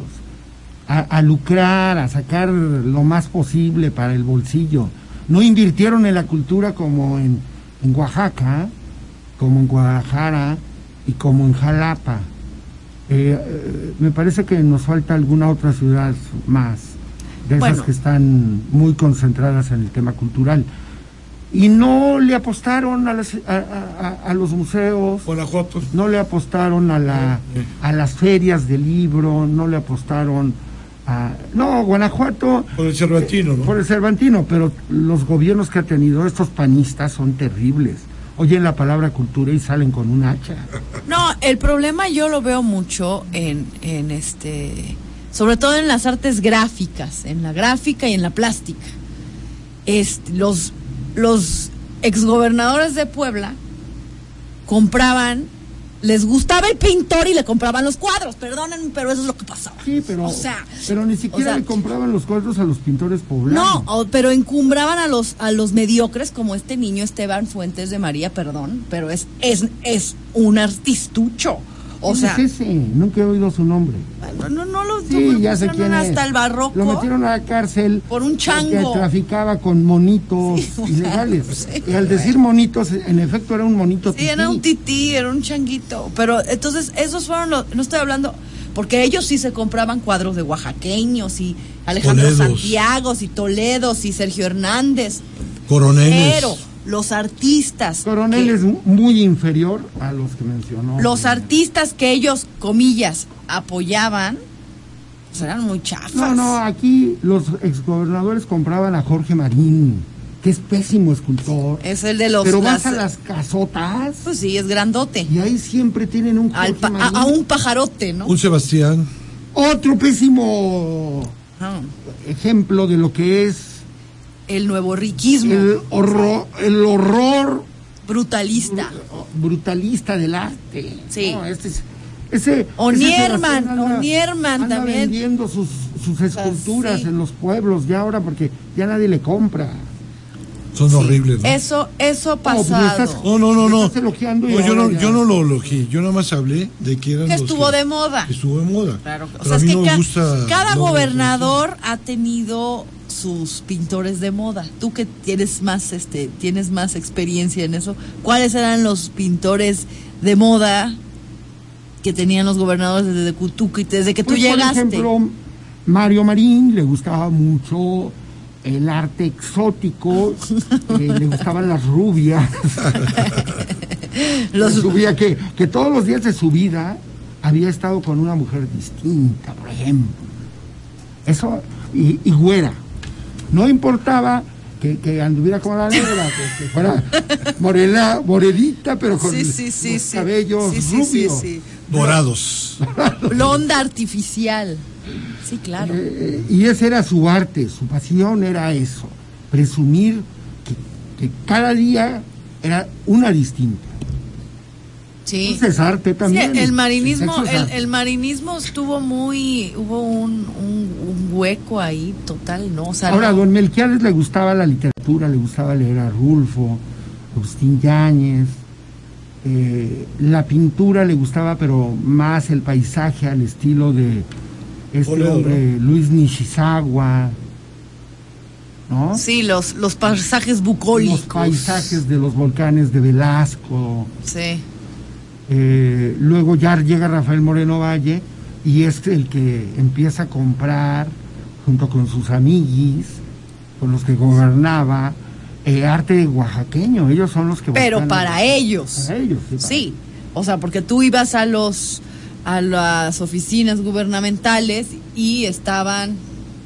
C: a, a lucrar, a sacar lo más posible para el bolsillo. No invirtieron en la cultura como en, en Oaxaca, como en Guadalajara y como en Jalapa. Eh, eh, me parece que nos falta alguna otra ciudad más, de esas
D: Bueno.
C: que están muy concentradas en el tema cultural. Y no le apostaron a, las- a- a- a- a los museos,
E: Guanajuato.
C: no le apostaron a, la, a las ferias de libro, no le apostaron a... No, Guanajuato
E: Por el Cervantino,
C: por
E: ¿no?
C: el Cervantino, pero los gobiernos que ha tenido estos panistas son terribles. Oyen la palabra cultura y salen con un hacha.
D: No, el problema yo lo veo mucho en, en este, sobre todo en las artes gráficas, en la gráfica y en la plástica. Este, los, los exgobernadores de Puebla compraban, les gustaba el pintor y le compraban los cuadros, perdónenme, pero eso es lo que pasaba.
C: Sí, pero,
D: o sea,
C: pero ni
D: o
C: siquiera
D: sea,
C: le compraban los cuadros a los pintores poblanos.
D: no, o- pero encumbraban a los a los mediocres como este niño Esteban Fuentes de María, perdón, pero es es es un artistucho. O
C: ¿Quién
D: sea,
C: es ese? Nunca he oído su nombre.
D: No, no, no lo
C: Sí, ya sé
D: pusieron
C: quién es.
D: hasta el barroco.
C: Lo metieron a la cárcel.
D: Por un chango. pues
C: Que traficaba con monitos ilegales. y al decir monitos, en efecto era un monito
D: Sí, era un tití, era un changuito. Pero entonces, esos fueron los. No estoy hablando. Porque ellos sí se compraban cuadros de oaxaqueños y Alejandro
E: Toledos.
D: Santiago y Toledos y Sergio Hernández.
E: Coroneles.
D: Pero los artistas.
C: Coronel
D: que-
C: es muy inferior a los que mencionó.
D: Los artistas que ellos, comillas, apoyaban, pues eran muy chafas.
C: No, no, aquí los exgobernadores compraban a Jorge Marín, que es pésimo escultor.
D: Es el de los.
C: pero vas
D: las-
C: a las casotas
D: Pues sí, es grandote.
C: y ahí siempre tienen un
D: Al
C: Jorge
D: pa- a,
C: Marín.
D: a un pajarote, ¿no?
E: Un Sebastián.
C: Otro pésimo
D: Ah.
C: ejemplo de lo que es
D: el nuevo riquismo
C: el horror, el horror
D: brutalista.
C: brutalista del arte.
D: Sí.
C: No, este es- ese,
D: Onierman,
C: ese Sebastián
D: Onierman
C: anda
D: también.
C: vendiendo sus, sus esculturas
D: sí.
C: en los pueblos ya ahora porque ya nadie le compra.
E: Son horribles, ¿no?
D: Eso, eso
C: pues,
D: pasado.
C: estás-
E: No, no, no, no.
C: Estás elogiando y
E: No, yo,
C: ahora
E: no
C: ya.
E: yo no lo elogié. Yo nada más hablé de que eran
D: Que
E: los
D: estuvo de moda.
E: que Estuvo de moda.
D: Claro, o
E: Pero
D: sea,
E: a
D: es
E: mí
D: que
E: no me
D: ca-
E: gusta
D: cada
E: no-
D: gobernador ha tenido sus pintores de moda. Tú que tienes más, este, tienes más experiencia en eso. ¿Cuáles eran los pintores de moda que tenían los gobernadores desde que tú, que- desde que
C: Pues,
D: tú llegaste?
C: Por ejemplo, Mario Marín le gustaba mucho el arte exótico, eh, le gustaban las rubias.
D: Los-
C: Se subía que, que todos los días de su vida había estado con una mujer distinta, por ejemplo. Eso, y, y güera. No importaba que, que anduviera como la negra, que, que fuera morena, morenita, pero con
D: Sí, sí, sí,
C: los
D: sí.
C: cabellos
D: Sí, sí,
C: rubios.
D: sí, sí.
E: Dorados.
D: Blonda artificial. Sí, claro.
C: Eh, y ese era su arte, su pasión era eso, presumir que, que cada día era una distinta.
D: Sí.
C: Ese es arte
D: Sí,
C: también.
D: el marinismo,
C: sexo es
D: el,
C: arte.
D: el marinismo estuvo muy, hubo un, un- un hueco ahí total, ¿no? O sea,
C: Ahora, a
D: no-
C: don Melquiades le gustaba la literatura, le gustaba leer a Rulfo, Agustín Yáñez. eh, la pintura le gustaba, pero más el paisaje al estilo de este
E: Ole,
C: hombre, Luis Nishizawa. ¿No?
D: sí, los, los paisajes
C: Los
D: bucólicos.
C: paisajes de los volcanes de Velasco.
D: Sí.
C: Eh, luego ya llega Rafael Moreno Valle y es el que empieza a comprar, junto con sus amiguis, con los que gobernaba, eh, arte oaxaqueño. Ellos son los que
D: Pero
C: buscan-
D: para ellos.
C: Para ellos, sí. para-
D: Sí. O sea, porque tú ibas a los a las oficinas gubernamentales y estaban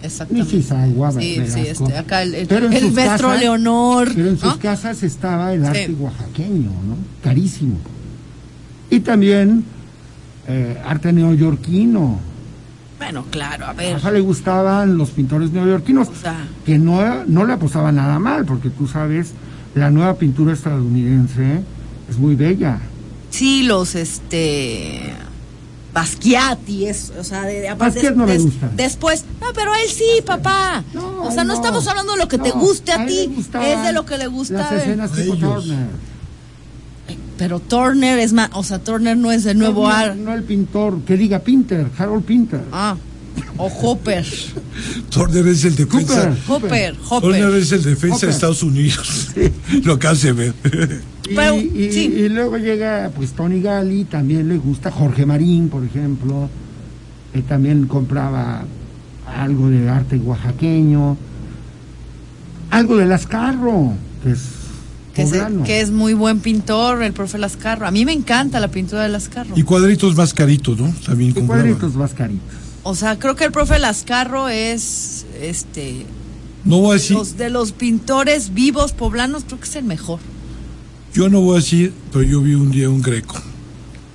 D: exactamente.
C: Nishizawa,
D: sí, sí,
C: Velasco.
D: este, acá el, el,
C: Pero en
D: el
C: sus
D: maestro
C: casas-
D: Leonor,
C: Pero en sus
D: ¿no?
C: casas estaba el arte
D: Sí.
C: oaxaqueño, ¿no? Carísimo. Y también eh, arte neoyorquino.
D: Bueno, claro, a
C: A
D: ver.
C: Rafa le gustaban los pintores neoyorquinos.
D: O sea,
C: que no, no le apostaba nada mal, porque tú sabes, la nueva pintura estadounidense es muy bella.
D: Sí, los este Basquiati, es, o sea, de, de-
C: Basquiat no me gusta.
D: después, no, pero a él sí, papá.
C: No,
D: o sea, no,
C: no.
D: estamos hablando de lo que te
C: No,
D: guste a
C: él le
D: ti,
C: gustaban
D: es de lo que le gusta.
C: Las
D: a él.
C: escenas tipo
E: Ellos.
C: Turner.
D: Pero Turner es más, o sea, Turner no es de nuevo
C: no,
D: ar.
C: No el pintor, que diga Pinter, Harold Pinter.
D: Ah, o Hopper,
E: Turner es el defensa.
C: Cooper.
D: Hopper,
E: Turner
D: Hopper.
E: es el defensa
C: Hopper.
E: de Estados Unidos. Lo acabas de ver.
C: Y,
D: Pero,
C: y-
D: sí.
C: y luego llega pues Tony Gali, también le gusta Jorge Marín, por ejemplo, que también compraba algo de arte oaxaqueño, algo de Lascarro, que es
D: Que es,
C: poblano.
D: que es muy buen pintor, el profe Lascarro. A mí me encanta la pintura de Lascarro.
E: Y cuadritos más caritos, ¿no? También
C: Y
E: compraba.
C: cuadritos más caritos.
D: O sea, creo que el profe Lascarro es este
E: No voy a decir,
D: los de los pintores vivos poblanos creo que es el mejor.
E: yo no voy a decir, pero yo vi un día un greco.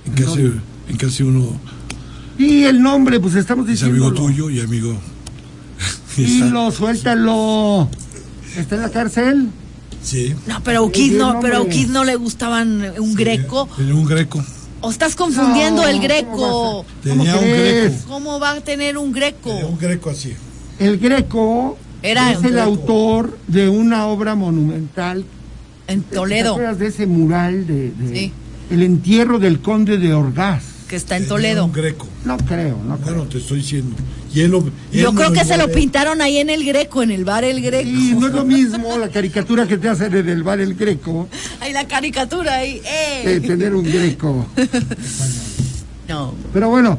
E: En casa,
C: dónde?
E: en casa de uno
C: Y el nombre, pues estamos
E: es amigo
C: diciendo.
E: tuyo y amigo.
C: Y
E: Está-
C: lo suéltalo. Está en la cárcel.
E: Sí.
D: No, pero a Uquiz
C: bien,
D: no, pero a
C: hombre.
D: Uquiz no le gustaban eh, un greco.
E: Tenía un greco.
D: O estás confundiendo
C: No,
D: el
C: ¿cómo
D: greco.
C: vas
E: Tenía un
C: crees?
E: greco.
D: ¿Cómo va a tener un
E: Tenía
D: greco?
E: un greco así.
C: El Greco
D: Era
C: es
D: un
C: el
D: greco.
C: autor de una obra monumental.
D: En
C: ¿Te
D: Toledo,
C: acuerdas de ese mural de, de-
D: Sí.
C: El entierro del conde de Orgaz?
D: que está en
E: Tenía Un
D: Toledo.
E: greco.
C: No creo, no creo.
E: Bueno, te estoy diciendo. Y él lo-
D: Yo
E: él
D: creo
E: me
D: que se lo
E: guardé.
D: pintaron ahí en el greco, en el bar el
C: Y
D: greco.
C: no es lo mismo la caricatura que te hacen en el bar El Greco
D: Ahí la caricatura ahí.
C: que
D: ¡Eh!
C: tener un Greco.
D: No,
C: Pero bueno,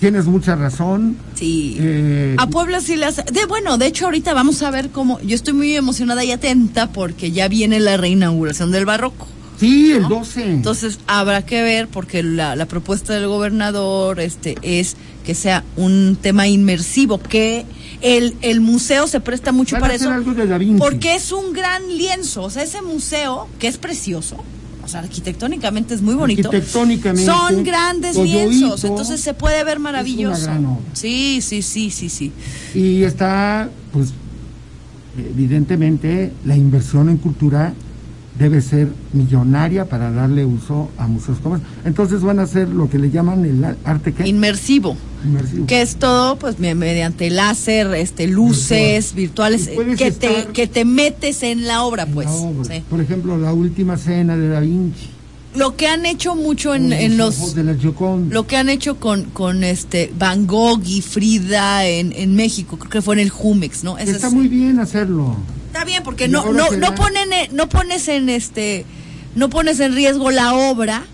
C: tienes mucha razón.
D: sí.
C: Eh,
D: A Puebla sí le hace. De, bueno, de hecho, ahorita vamos a ver cómo. Yo estoy muy emocionada y atenta porque ya viene la reinauguración del barroco.
C: sí, el 12.
D: Entonces, habrá que ver porque la, la propuesta del gobernador este, es que sea un tema inmersivo, que el, el museo se presta mucho
C: Van a
D: para
C: hacer
D: eso.
C: algo de Da Vinci.
D: Porque es un gran lienzo. O sea, ese museo, que es precioso, o sea, arquitectónicamente es muy bonito.
C: Arquitectónicamente,
D: Son grandes
C: Coyoito,
D: lienzos, entonces se puede ver maravilloso.
C: gran obra.
D: Sí, sí, sí, sí, sí.
C: Y está, pues, evidentemente, la inversión en cultura debe ser millonaria para darle uso a museos como este. Entonces van a hacer lo que le llaman el a- arte que
D: Inmersivo.
C: inmersivo.
D: que es todo pues me- mediante láser, este luces virtuales
C: Y
D: eh,
C: puedes
D: que te
C: estar-
D: que te metes en la obra pues.
C: La obra.
D: sí.
C: Por ejemplo, la última cena de Da Vinci.
D: Lo que han hecho mucho en,
C: o
D: en
C: ojos
D: los
C: de la Gioconda.
D: lo que han hecho con con este Van Gogh y Frida en, en México, creo que fue en el Jumex, ¿no? Ese
C: Está
D: es-
C: muy bien hacerlo.
D: está bien porque
C: Y
D: no
C: ahora
D: no
C: será-
D: no ponen eh, no pones en este no pones en riesgo la obra.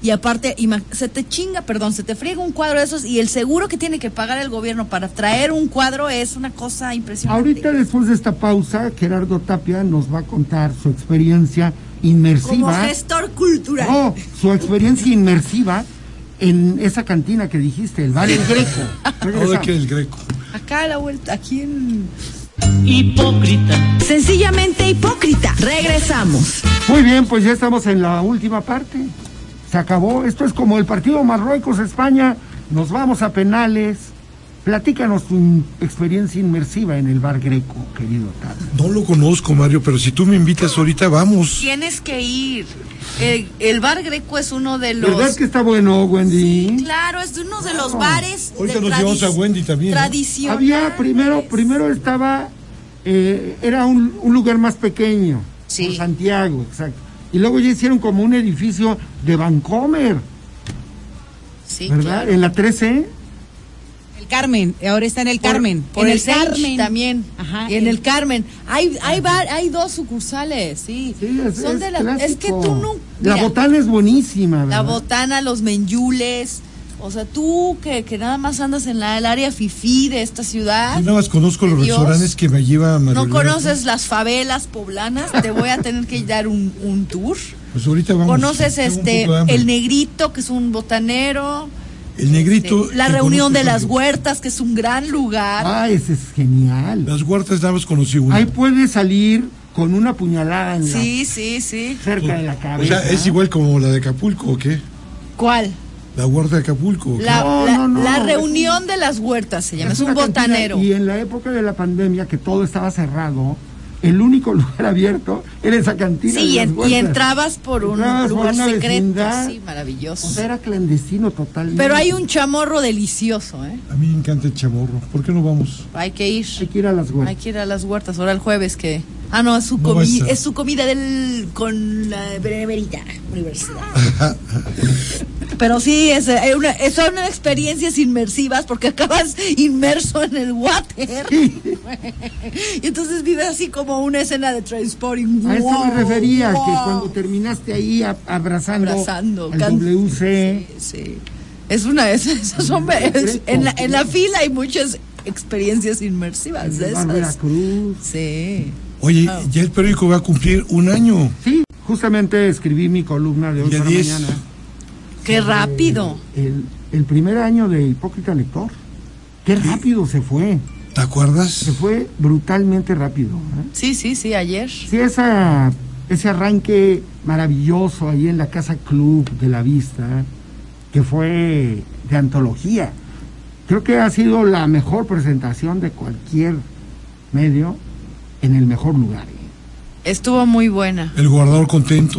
D: Y aparte, ima- se te chinga, perdón, se te friega un cuadro de esos y el seguro que tiene que pagar el gobierno para traer un cuadro es una cosa impresionante.
C: Ahorita, después de esta pausa, Gerardo Tapia nos va a contar su experiencia inmersiva.
D: Como gestor cultural.
C: No, su experiencia inmersiva en esa cantina que dijiste, el bar El Greco.
E: Ahora
C: Regresamos.
E: que el greco.
D: Acá a la vuelta, aquí en.
A: hipócrita.
B: Sencillamente hipócrita. Regresamos.
C: Muy bien, pues ya estamos en la última parte. Se acabó. Esto es como el partido Marruecos-España. Nos vamos a penales. Platícanos tu in- experiencia inmersiva en el bar greco, querido Tata.
E: No lo conozco, Mario, pero si tú me invitas ahorita, vamos.
D: Tienes que ir. El, el bar Greco es uno de los.
C: ¿Verdad que está bueno, Wendy?
D: Claro, es uno de los bares.
E: Ahorita
D: de
E: nos llevamos a Wendy también, ¿eh?
D: Tradición.
C: Había primero, primero estaba, eh, era un, un lugar más pequeño,
D: Sí.
C: por Santiago, exacto. Y luego ya hicieron como un edificio de Vancomer,
D: Sí,
C: ¿verdad?
D: claro.
C: En la E. 13.
F: El Carmen, ahora está en el
D: Por-
F: Carmen.
D: por
F: en
D: el, Carmen también.
F: Ajá,
D: Y en
F: el-
D: el Carmen. Hay, hay, va- hay dos sucursales, sí.
C: Sí, es,
D: Son
C: es
D: de la, es que
C: clásico.
D: tú no.
C: La
D: mira,
C: botana es buenísima, ¿verdad?
D: la botana, los menyules. O sea, tú que, que nada más andas en la, el área fifí de esta ciudad.
E: Yo nada más conozco los
D: Dios.
E: restaurantes que me lleva Mario.
D: No conoces las favelas poblanas, te voy a tener que dar un, un tour.
E: Pues ahorita vamos.
D: Conoces
E: Tengo un
D: este
E: poco de hambre.
D: el negrito, que es un botanero,
E: El negrito.
D: este, la
E: que
D: reunión de
E: conozco
D: las
E: yo.
D: huertas, que es un gran lugar.
C: Ah, ese es genial.
E: Las huertas nada más conocí una.
C: Ahí puedes salir con una puñalada en la-
D: sí, sí, sí.
C: cerca de la
E: o
C: cabeza.
E: sea, es igual como la de Acapulco, ¿o qué?
D: ¿Cuál?
E: La huerta de Acapulco. ¿o qué?
D: La,
C: No,
D: la-
C: no, no,
D: la
C: es un-
D: reunión de las huertas se llama, es, un
C: una cantina,
D: botanero.
C: Y en la época de la pandemia, que todo estaba cerrado, el único lugar abierto era esa cantina.
D: Sí,
C: de
D: y,
C: las
D: en- y
C: huertas.
D: entrabas por un
C: Entrabas por
D: lugar
C: una
D: secreto.
C: vecindad.
D: Sí, maravilloso.
C: O sea, era clandestino totalmente.
D: Pero hay un chamorro delicioso, ¿eh?
E: A mí me encanta el chamorro. ¿Por qué no vamos?
D: Hay que ir.
C: Hay que ir a las
D: Hay
C: huertas.
D: que ir a las huertas, ahora el jueves que... Ah, no, es su,
E: No va a
D: comi-
E: estar.
D: es su comida del, con la Benemérita Universidad. Pero sí, es, eh, una- es- son experiencias inmersivas porque acabas inmerso en el water. y entonces vives así como una escena de transporting.
C: A eso me refería, que cuando
D: te...
C: terminaste ahí a- abrazando,
D: Abrazando,
C: al
D: can-
C: WC.
D: Sí, es una... Es, esas son- es- en, la, en la fila hay muchas experiencias
C: en
D: inmersivas
C: el
D: de
C: Bar
D: esas.
C: Veracruz.
D: Sí.
E: Oye, ya el periódico va a cumplir un año.
C: Sí, justamente escribí mi columna de hoy
E: Día
C: para
E: 10.
C: mañana.
D: Qué rápido.
C: El, el primer año de Hipócrita Lector. Qué rápido se fue.
E: ¿Te acuerdas?
C: Se fue brutalmente rápido. ¿eh?
D: Sí, sí, sí, ayer.
C: Sí, esa, ese arranque maravilloso ahí en la Casa Club de la Vista, que fue de antología. Creo que ha sido la mejor presentación de cualquier medio en el mejor lugar. ¿eh?
D: Estuvo muy buena.
E: El gobernador contento.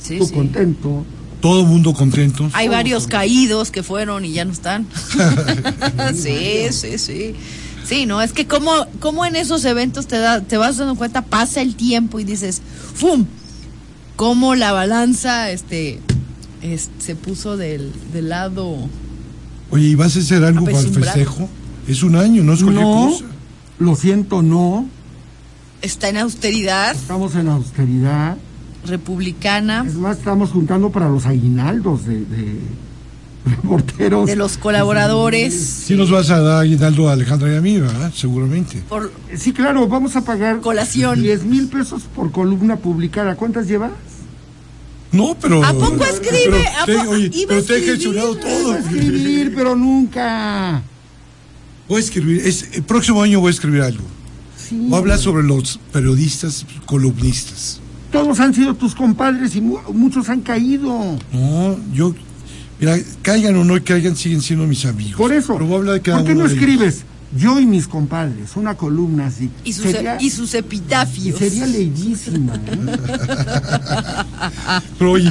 D: Sí,
C: Tú
D: sí.
C: contento.
E: Todo mundo contento.
D: Hay varios caídos que fueron y ya no están. sí, sí, sí. Sí, no, es que como, como en esos eventos te, da, te vas dando cuenta, pasa el tiempo y dices, ¡fum! Cómo la balanza este, es- se puso del, del lado...
E: Oye, ¿y vas a hacer algo para el
D: Apesumbrado.
E: festejo? Es un año, no es cualquier
C: No,
E: cosa.
C: lo siento, no.
D: Está en austeridad
C: Estamos en austeridad.
D: republicana
C: Es más, estamos juntando para los aguinaldos de, de reporteros.
D: de los colaboradores.
E: Sí nos vas a dar aguinaldo a Alejandra y a mí, ¿verdad? Seguramente.
D: Por
C: Sí, claro, vamos a pagar
D: Colación.
C: 10 mil pesos por columna publicada. ¿Cuántas llevas?
E: No, pero...
D: ¿A poco escribe? ¿A
E: te-
D: po-
E: oye,
D: iba a
E: pero te he
D: escribir?
E: gestionado todo.
C: Voy a escribir, pero nunca.
E: Voy a escribir, es- el próximo año voy a escribir algo.
C: Sí.
E: Voy a hablar sobre los periodistas columnistas.
C: Todos han sido tus compadres y mu- muchos han caído.
E: No, yo... Mira, caigan o no caigan, siguen siendo mis amigos.
C: Por eso.
E: Pero voy a hablar de cada
C: ¿Por qué
E: uno
C: no
E: de ellos.
C: escribes yo y mis compadres? Una columna así.
D: y sus,
C: sería,
D: y sus epitafios.
C: sería leyísima. ¿eh?
E: Pero oye,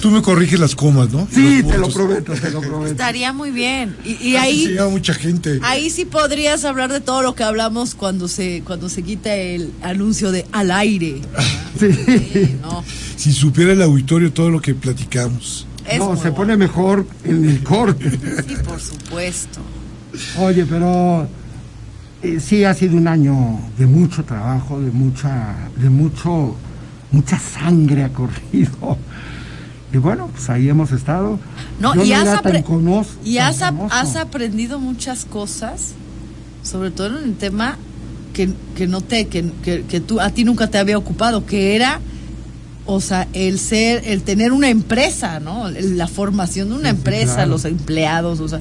E: tú me corriges las comas, ¿no?
C: Sí,
E: Los
C: te lo
E: puntos.
C: prometo, te lo prometo.
D: Estaría muy bien. Y, y
E: Así se
D: ahí,
E: llama mucha gente.
D: ahí sí podrías hablar de todo lo que hablamos cuando se, cuando se quita el anuncio de al aire.
C: Sí.
D: No,
E: Si supiera el auditorio todo lo que platicamos.
D: es
C: No,
D: muy
C: se
D: bueno.
C: pone mejor en el corte.
D: Sí, por supuesto.
C: Oye, pero eh, sí ha sido un año de mucho trabajo, de mucha, de mucho, mucha sangre ha corrido. Y bueno, pues ahí hemos estado.
D: No,
C: Yo
D: y has,
C: era tan
D: apre-
C: conoz-
D: y
C: tan
D: has, ap-
C: famoso.
D: has aprendido muchas cosas, sobre todo en el tema que, que noté, que, que, que tú, a ti nunca te había ocupado, que era, o sea, el ser, el tener una empresa, ¿no? El- La formación de una empresa,
C: claro.
D: los empleados, o sea,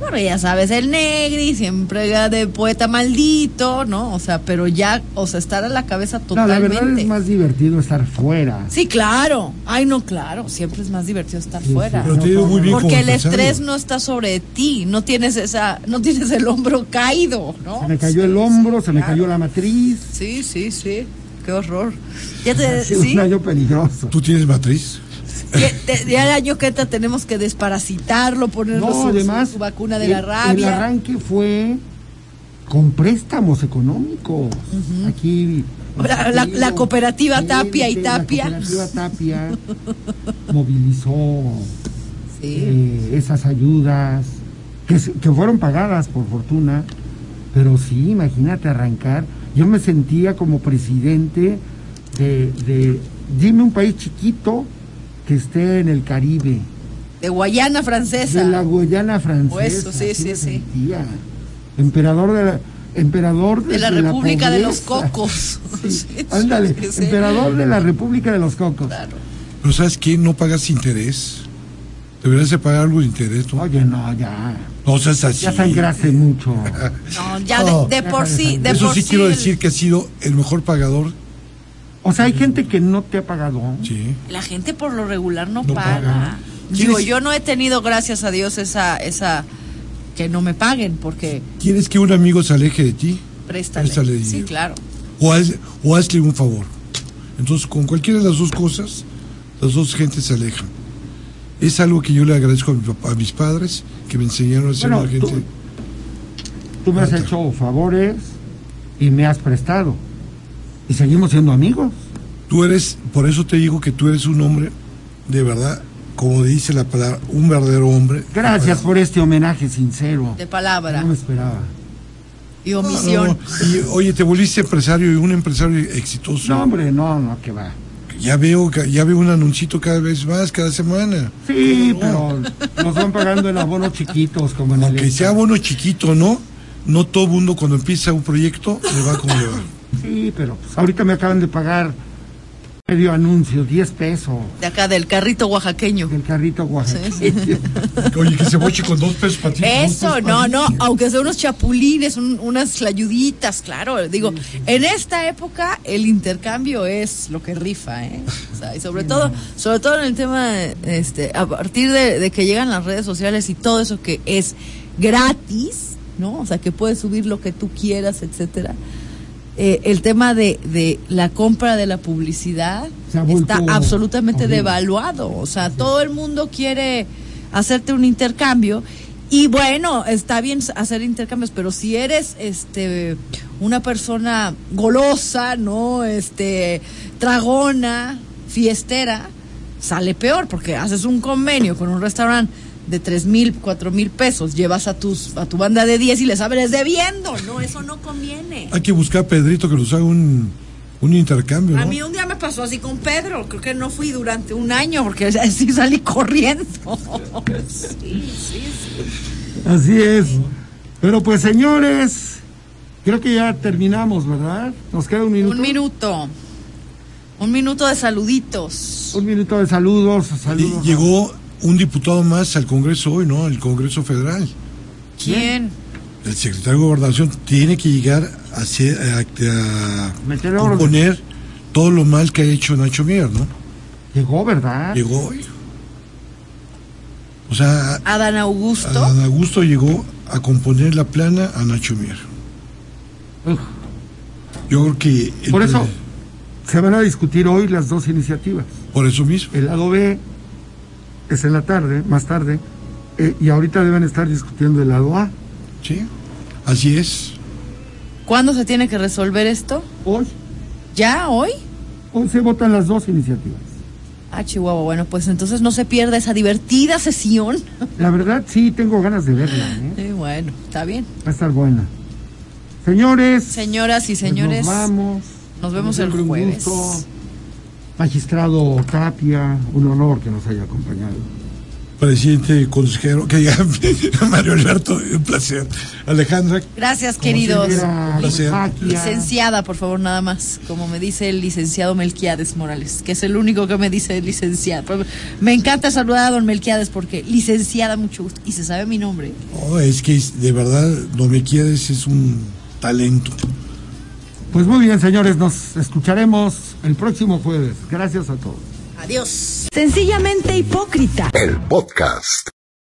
D: Bueno, ya sabes, el negri siempre era de poeta maldito, ¿no? O sea, pero ya, o sea, estar a la cabeza
C: No, la
D: totalmente.
C: verdad es más divertido estar fuera.
D: Sí, claro. Ay, no, claro. Siempre es más divertido estar
C: Sí,
D: fuera.
C: sí.
E: Pero te digo muy bien
D: Porque
E: como
D: el
E: empresario.
D: estrés no está sobre ti, no tienes esa, no tienes el hombro caído, ¿no?
C: Se me cayó
D: Sí,
C: el hombro,
D: sí,
C: se me
D: claro.
C: cayó la matriz.
D: Sí, sí, sí. Qué horror. Ya te,
C: Es
D: sí,
C: un año peligroso.
E: ¿Tú tienes matriz?
D: que- te- ya el año que entra tenemos que desparasitarlo, ponerle
C: No,
D: su, su-
C: además,
D: su vacuna de
C: el-
D: la rabia.
C: El arranque fue con préstamos económicos. Aquí.
D: La- la- la cooperativa Tapia y Tapia.
C: La cooperativa Tapia movilizó
D: Sí.
C: eh, esas ayudas que, se- que fueron pagadas por fortuna. Pero sí, imagínate arrancar. Yo me sentía como presidente de, de dime un país chiquito que esté en el Caribe.
D: De Guayana francesa.
C: De la Guayana francesa.
D: Hueso, sí,
C: así
D: sí,
C: me
D: sí.
C: sentía. Emperador de la, emperador
D: De la República de los
C: pobreza.
D: Cocos.
C: Sí,
D: Sí, sí,
C: ándale,
D: sí, sí.
C: emperador de la República de los Cocos.
D: Claro.
E: Pero ¿sabes qué? No pagas interés. Deberías de pagar algo de interés. ¿no?
C: Oye, no, ya.
E: No seas así.
C: Ya sangraste mucho.
D: No, ya
E: No.
D: de, de
C: Oh.
D: por sí, de
E: Eso
D: por
E: sí quiero
D: el-
E: decir que ha sido el mejor pagador.
C: O sea, hay gente que no te ha pagado.
E: Sí.
D: La gente por lo regular no,
E: No
D: paga.
E: paga.
D: Digo,
E: ¿Quieres-
D: yo no he tenido, gracias a Dios, esa, esa que no me paguen porque
E: ¿Quieres que un amigo se aleje de ti?
D: préstale.
E: Préstale
D: sí,
E: dinero.
D: claro.
E: O, haz- o hazle un favor. Entonces, con cualquiera de las dos cosas, las dos gentes se alejan. Es algo que yo le agradezco a, mi papá- a mis padres, que me enseñaron a ser
C: Bueno,
E: una
C: tú-
E: gente.
C: Tú me has
E: Claro.
C: hecho favores y me has prestado. Y seguimos siendo amigos.
E: Tú eres, por eso te digo que tú eres un hombre, de verdad, como dice la palabra, un verdadero hombre.
C: Gracias por este homenaje sincero.
D: De palabra
C: No me esperaba.
D: y
E: No, no,
D: omisión.
E: no. Y, oye, te volviste empresario y un empresario exitoso.
C: No, hombre, no, no, que va.
E: Ya veo, ca- ya veo un anuncito cada vez más, cada semana.
C: Sí, pero nos van pagando en abonos chiquitos, como en el.
E: Aunque sea bono chiquito, ¿no? No todo mundo cuando empieza un proyecto le va como le va.
C: Sí, pero pues, ahorita me acaban de pagar medio anuncio, 10 pesos
D: De acá, del carrito oaxaqueño.
C: del carrito Oaxaca.
E: Oye, que se moche con dos pesos para ti. dos
D: Eso,
E: pesos
D: no,
E: para mí.
D: no, aunque sean unos chapulines, un- unas layuditas, claro. Digo, en esta época el intercambio es lo que rifa, ¿eh? O sea, y sobre todo, sobre todo en el tema, este, a partir de, de que llegan las redes sociales y todo eso que es gratis, ¿no? O sea, que puedes subir lo que tú quieras, etcétera. Eh, el tema de, de la compra de la publicidad
C: Se ha vuelto
D: está absolutamente
C: horrible.
D: devaluado devaluado. O sea, todo el mundo quiere hacerte un intercambio. Y bueno, está bien hacer intercambios, pero si eres este una persona golosa, ¿no? Este tragona, fiestera, sale peor porque haces un convenio con un restaurante de tres mil, cuatro mil pesos, llevas a tus, a tu banda de 10 y les abres debiendo. No, eso no conviene.
E: Hay que buscar a Pedrito que nos haga un, un intercambio,
D: A
E: ¿no?
D: mí un día me pasó así con Pedro, creo que no fui durante un año porque así salí corriendo. Sí, sí, sí.
C: Así es. Pero pues, señores, creo que ya terminamos, ¿verdad? Nos queda un minuto.
D: Un minuto. Un minuto de saluditos.
C: Un minuto de saludos.
E: Y
C: saludos.
E: llegó un diputado más al Congreso hoy, ¿no? Al Congreso Federal.
D: ¿Quién?
E: El secretario de Gobernación tiene que llegar a, hacer, a, a
C: Meter orden.
E: componer todo lo mal que ha hecho Nacho Mier, ¿no?
C: Llegó, ¿verdad?
E: Llegó hoy. O sea,
D: Adán Augusto.
C: Ah.
E: Adán Augusto llegó a componer la plana a Nacho Mier.
C: Uf.
E: Yo creo que... el
C: Por eso
E: pre-
C: se van a discutir hoy las dos iniciativas.
E: Por eso mismo.
C: El lado B es en la tarde, más tarde, eh, y ahorita deben estar discutiendo el lado A.
E: Sí. Así es.
D: ¿Cuándo se tiene que resolver esto?
C: Hoy,
D: ¿Ya? ¿Hoy?
C: hoy se votan las dos iniciativas.
D: Ah, Chihuahua. Bueno, pues entonces no se pierda esa divertida sesión.
C: La verdad sí tengo ganas de verla, ¿eh?
D: Eh, bueno, está bien.
C: va a estar buena. Señores,
D: Señoras y
C: pues
D: señores,
C: nos vamos.
D: nos vemos el
C: Siempre un
D: jueves.
C: gusto. Magistrado Tapia, un honor que nos haya acompañado.
E: presidente consejero, que ya, Mario Alberto, un placer. Alejandra,
D: Gracias,
C: Como si
D: queridos.
C: hubiera
E: Placer.
C: magia.
D: Licenciada, por favor, nada más, como me dice el licenciado Melquiades Morales, que es el único que me dice licenciada. Pero Me encanta saludar a don Melquiades porque licenciada, mucho gusto. Y se sabe mi nombre.
E: oh, es que es- de verdad, donde quieres es un talento.
C: Pues muy bien, señores, nos escucharemos el próximo jueves. Gracias a todos.
D: Adiós.
B: Sencillamente hipócrita.
G: El podcast.